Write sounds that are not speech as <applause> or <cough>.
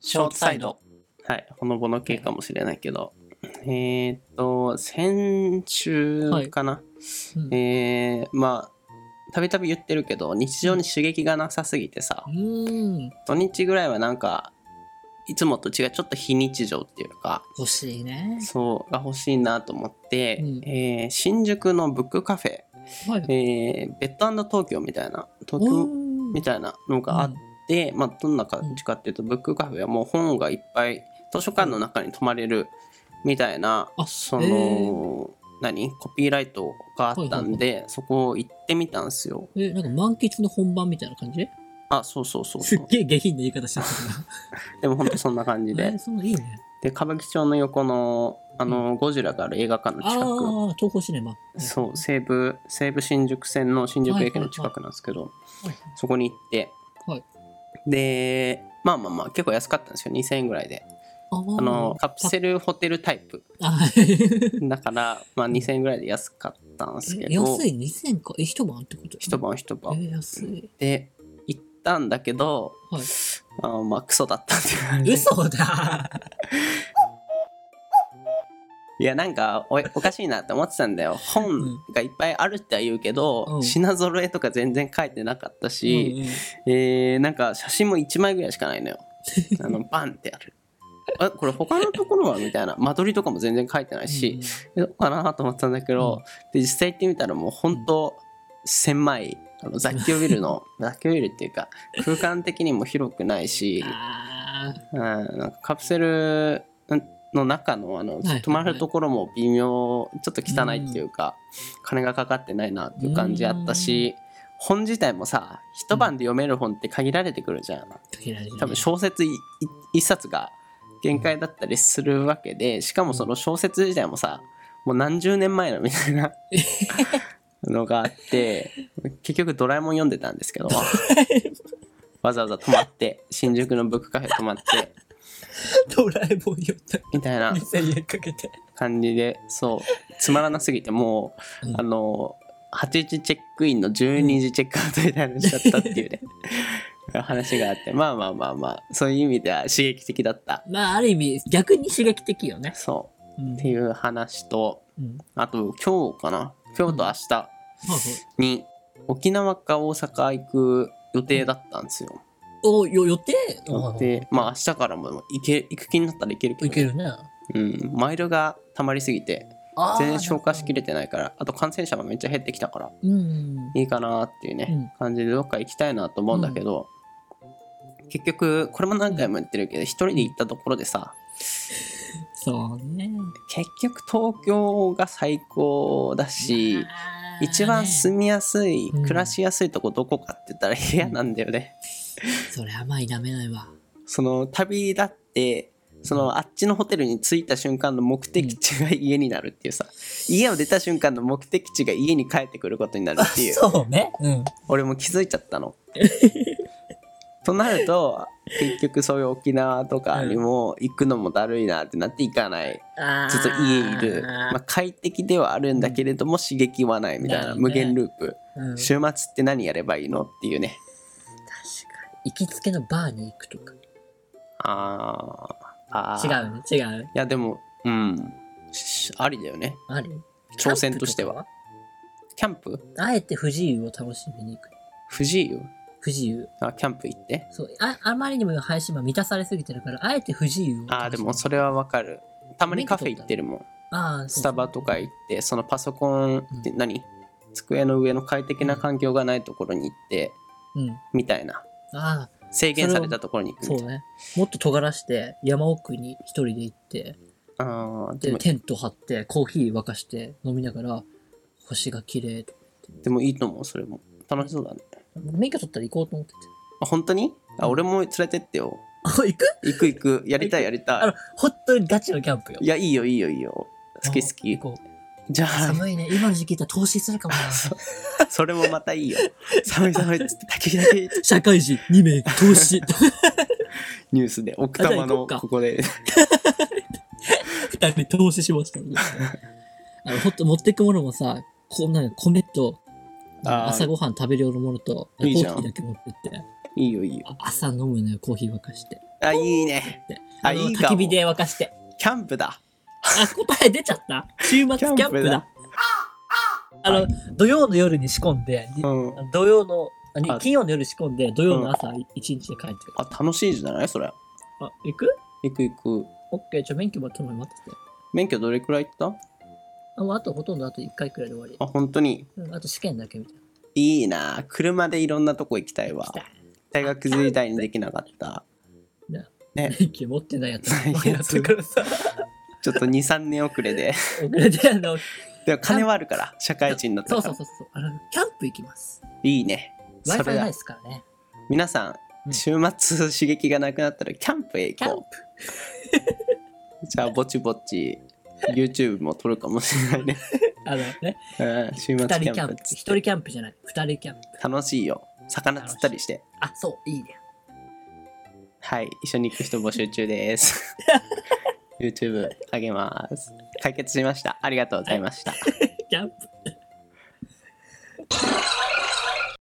ショートサイド。はい、ほのぼの系かもしれないけど、えーっと、先週かな、うんえー、まあ、たびたび言ってるけど、日常に刺激がなさすぎてさ、うん。土日ぐらいはなんか、いつもと違う、ちょっと非日常っていうか、欲しいね。そう、が欲しいなと思って、うんえー新宿のブックカフェ、はい。えーベッド東京みたいな、東お京ーみたいなのがあっうんて、まあ、どんな感じかっていうと、ブックカフェはもう本がいっぱい図書館の中に泊まれるみたいな、あそへのー何コピーライトがあったんで、そこ行ってみたんですよえ、なんか満喫の本番みたいな感じであそうそうそうすそっうげえ下品な言い方しちゃったでもほんとそんな感じけど。えでー、そんないい <laughs> ね。で歌舞伎町の横のあの、ゴジラがある映画館のあ近くあ、東宝シネマ。そう西武西武新宿線の新宿駅の近くなんですけど、はいはいそこに行って、はいでまあまあまあ結構安かったんですよ2000円ぐらいであーあのカプセルホテルタイプあーだからまあ2000円ぐらいで安かったんですけえど <laughs> 安い2000か。え、一晩ってこと一晩一え晩ー、安い。で行ったんだけど、はいあのまあクソだったっていう感じ嘘だいやなんかおおかしいなって思ってたんだよ本がいっぱいあるっては言うけど、うん品揃えとか全然書いてなかったうし、んうんえー、なんか写真も1枚ぐらいしかないのよあのバンってある <laughs> あこれ他のところはみたいな間取りとかも全然書いてないし、どうかなと思ったんだけど、で実際行ってみたらもう本当狭いあの雑居ビルの雑居ビルっていうか空間的にも広くないしあーうんなんかカプセルの中のあのはい泊まるところも微妙ちょっと汚いっていうか、金がかかってないなっていう感じあったし、本自体もさ一晩で読める本って限られてくるじゃん。限られるね多分小説いい一冊が限界だったりするわけでしかもその小説自体もさもう何十年前のみたい <laughs> なのがあって結局「ドラえもん」読んでたんですけどわざわざ泊まって新宿のブックカフェ泊まってドラえもん寄ったみたいな2000円かけて。感じでそうつまらなすぎてもう、うんあの8時チェックインの12時チェックアウトみたいなのしちゃったって <laughs> いうね話があってまあまあまあまあそういう意味では刺激的だったまあ、ある意味、逆に刺激的よね。そうう。んっていう話と、うんあと今日かな今日と明日まあそうに沖縄か大阪行く予定だったんですよ。およ予定で、まあ明日からも行け行く気になったらいけるけいど、けるね。うん、マイルが溜まりすぎて、あー全然消化しきれてないから、あと感染者もめっちゃ減ってきたから、うん。いいかなっていうね、感じでどっか行きたいなと思うんだけど、結局、これも何回も言ってるけど、一人で行ったところでさ、そうね。結局東京が最高だし、まあ一番住みやすい、うん暮らしやすいとこどこかって言ったら部屋なんだよね。それ甘いなめないわ。その旅立ってそのあっちのホテルに着いた瞬間の目的地が家になるっていうさ、家を出た瞬間の目的地が家に帰ってくることになるっていうそうね。うん。俺も気づいちゃった <laughs> の。となると結局そういう沖縄とかにも行くのもだるいなってなって行かないずっと家にいる、まあ、快適ではあるんだけれども刺激はないみたいななるね無限ループ。うん確か週末って何やればいいのっていうねに。行きつけのバーに行くとか。あーあ違ういうね。違う。やでもうんしありだよねある挑戦としては。キャンプあえて不自由を楽しみに行く。不自由不自由。あキャンプ行ってそう。ああまりにも配信は満たされすぎてるから、あえて不自由を楽しみに。ああでもそれはわかるたまにカフェ行ってるもんあースタバと。そうか行ってそのパソコンってうん何机の上の快適な環境がないところに行ってそううん。みたいなああ、制限されたところに行くそみうたいね。もっと尖らして、山奥に一人で行って、なあーでで、もテント張って、コーヒー沸かして飲みながら、星が綺麗と。でもいいと思うそれも楽しそうだね免許取ったら行こうと思ってて。あ本当にあ俺も連れてってよあ、行く行く行くやりたいやりたいあの、本当にガチのキャンプよ。いや、いいよ、いいよ、いいよ。好き好き行。こうじゃあ、寒いね。今の時期行ったら投資するかもな。 <laughs> それもまたいいよ。寒い寒いっつって、滝々社会人2名 <laughs> 投資。ニュースで、奥多摩のじゃあ行こっかここで。 2人投資しました、ね。あの、ほんと持ってくものもさ、こんなの米と、あー朝ごはん食べるようなものと、コいーいヒじゃんーだけ持ってって、いいよ、いいよ。朝飲むのよ、コーヒー沸かして。あ、いいね。あ、あいの、いか焚も。き火キで沸かして。ャンプだ。あ、答え出ちゃった週末キキャンャプだンプだ。あの、土曜の夜に仕込んで、にうん。土曜の、あにあ金曜の夜仕込んで、土曜の朝一日で帰ってくる。あ、楽しいじゃないそれ。あ、行く行く行く。オッケー、じゃあ免許も取る待ってて。免許どれくらい行っあ、もうあとほとんどあと1回くらいで終わたあ、本当に。り。うん、あと試験だけみたいな。いいな車でいろんなとこ行きたいわ来。た。大学時代にできなかった。免許持ってないや <laughs> つないやつばっかりだったか <laughs> らさ。ちょっと2、3年遅れで。遅れてあの、でも金はあるから、社会人だったかそうら。そうそうそう。あの、キャンプ行きます。いいね。そ Wi-Fi れないだで。すからね。皆さうんん、週末刺激がなくなったらキャンプへキ行ャンこう。じゃあ、ぼちぼち、YouTube も撮るかもしれないね。プ。あのね、うん、週末キ2人キャャンプンっプ。つ1っ人キャンプじゃない。2人キャンプ。楽しいよ。魚釣ったりして。あ、そう、いいね。はい、一緒に行く人募集中です。YouTube あげます。解決しました。ありがとうございました。キャンプ。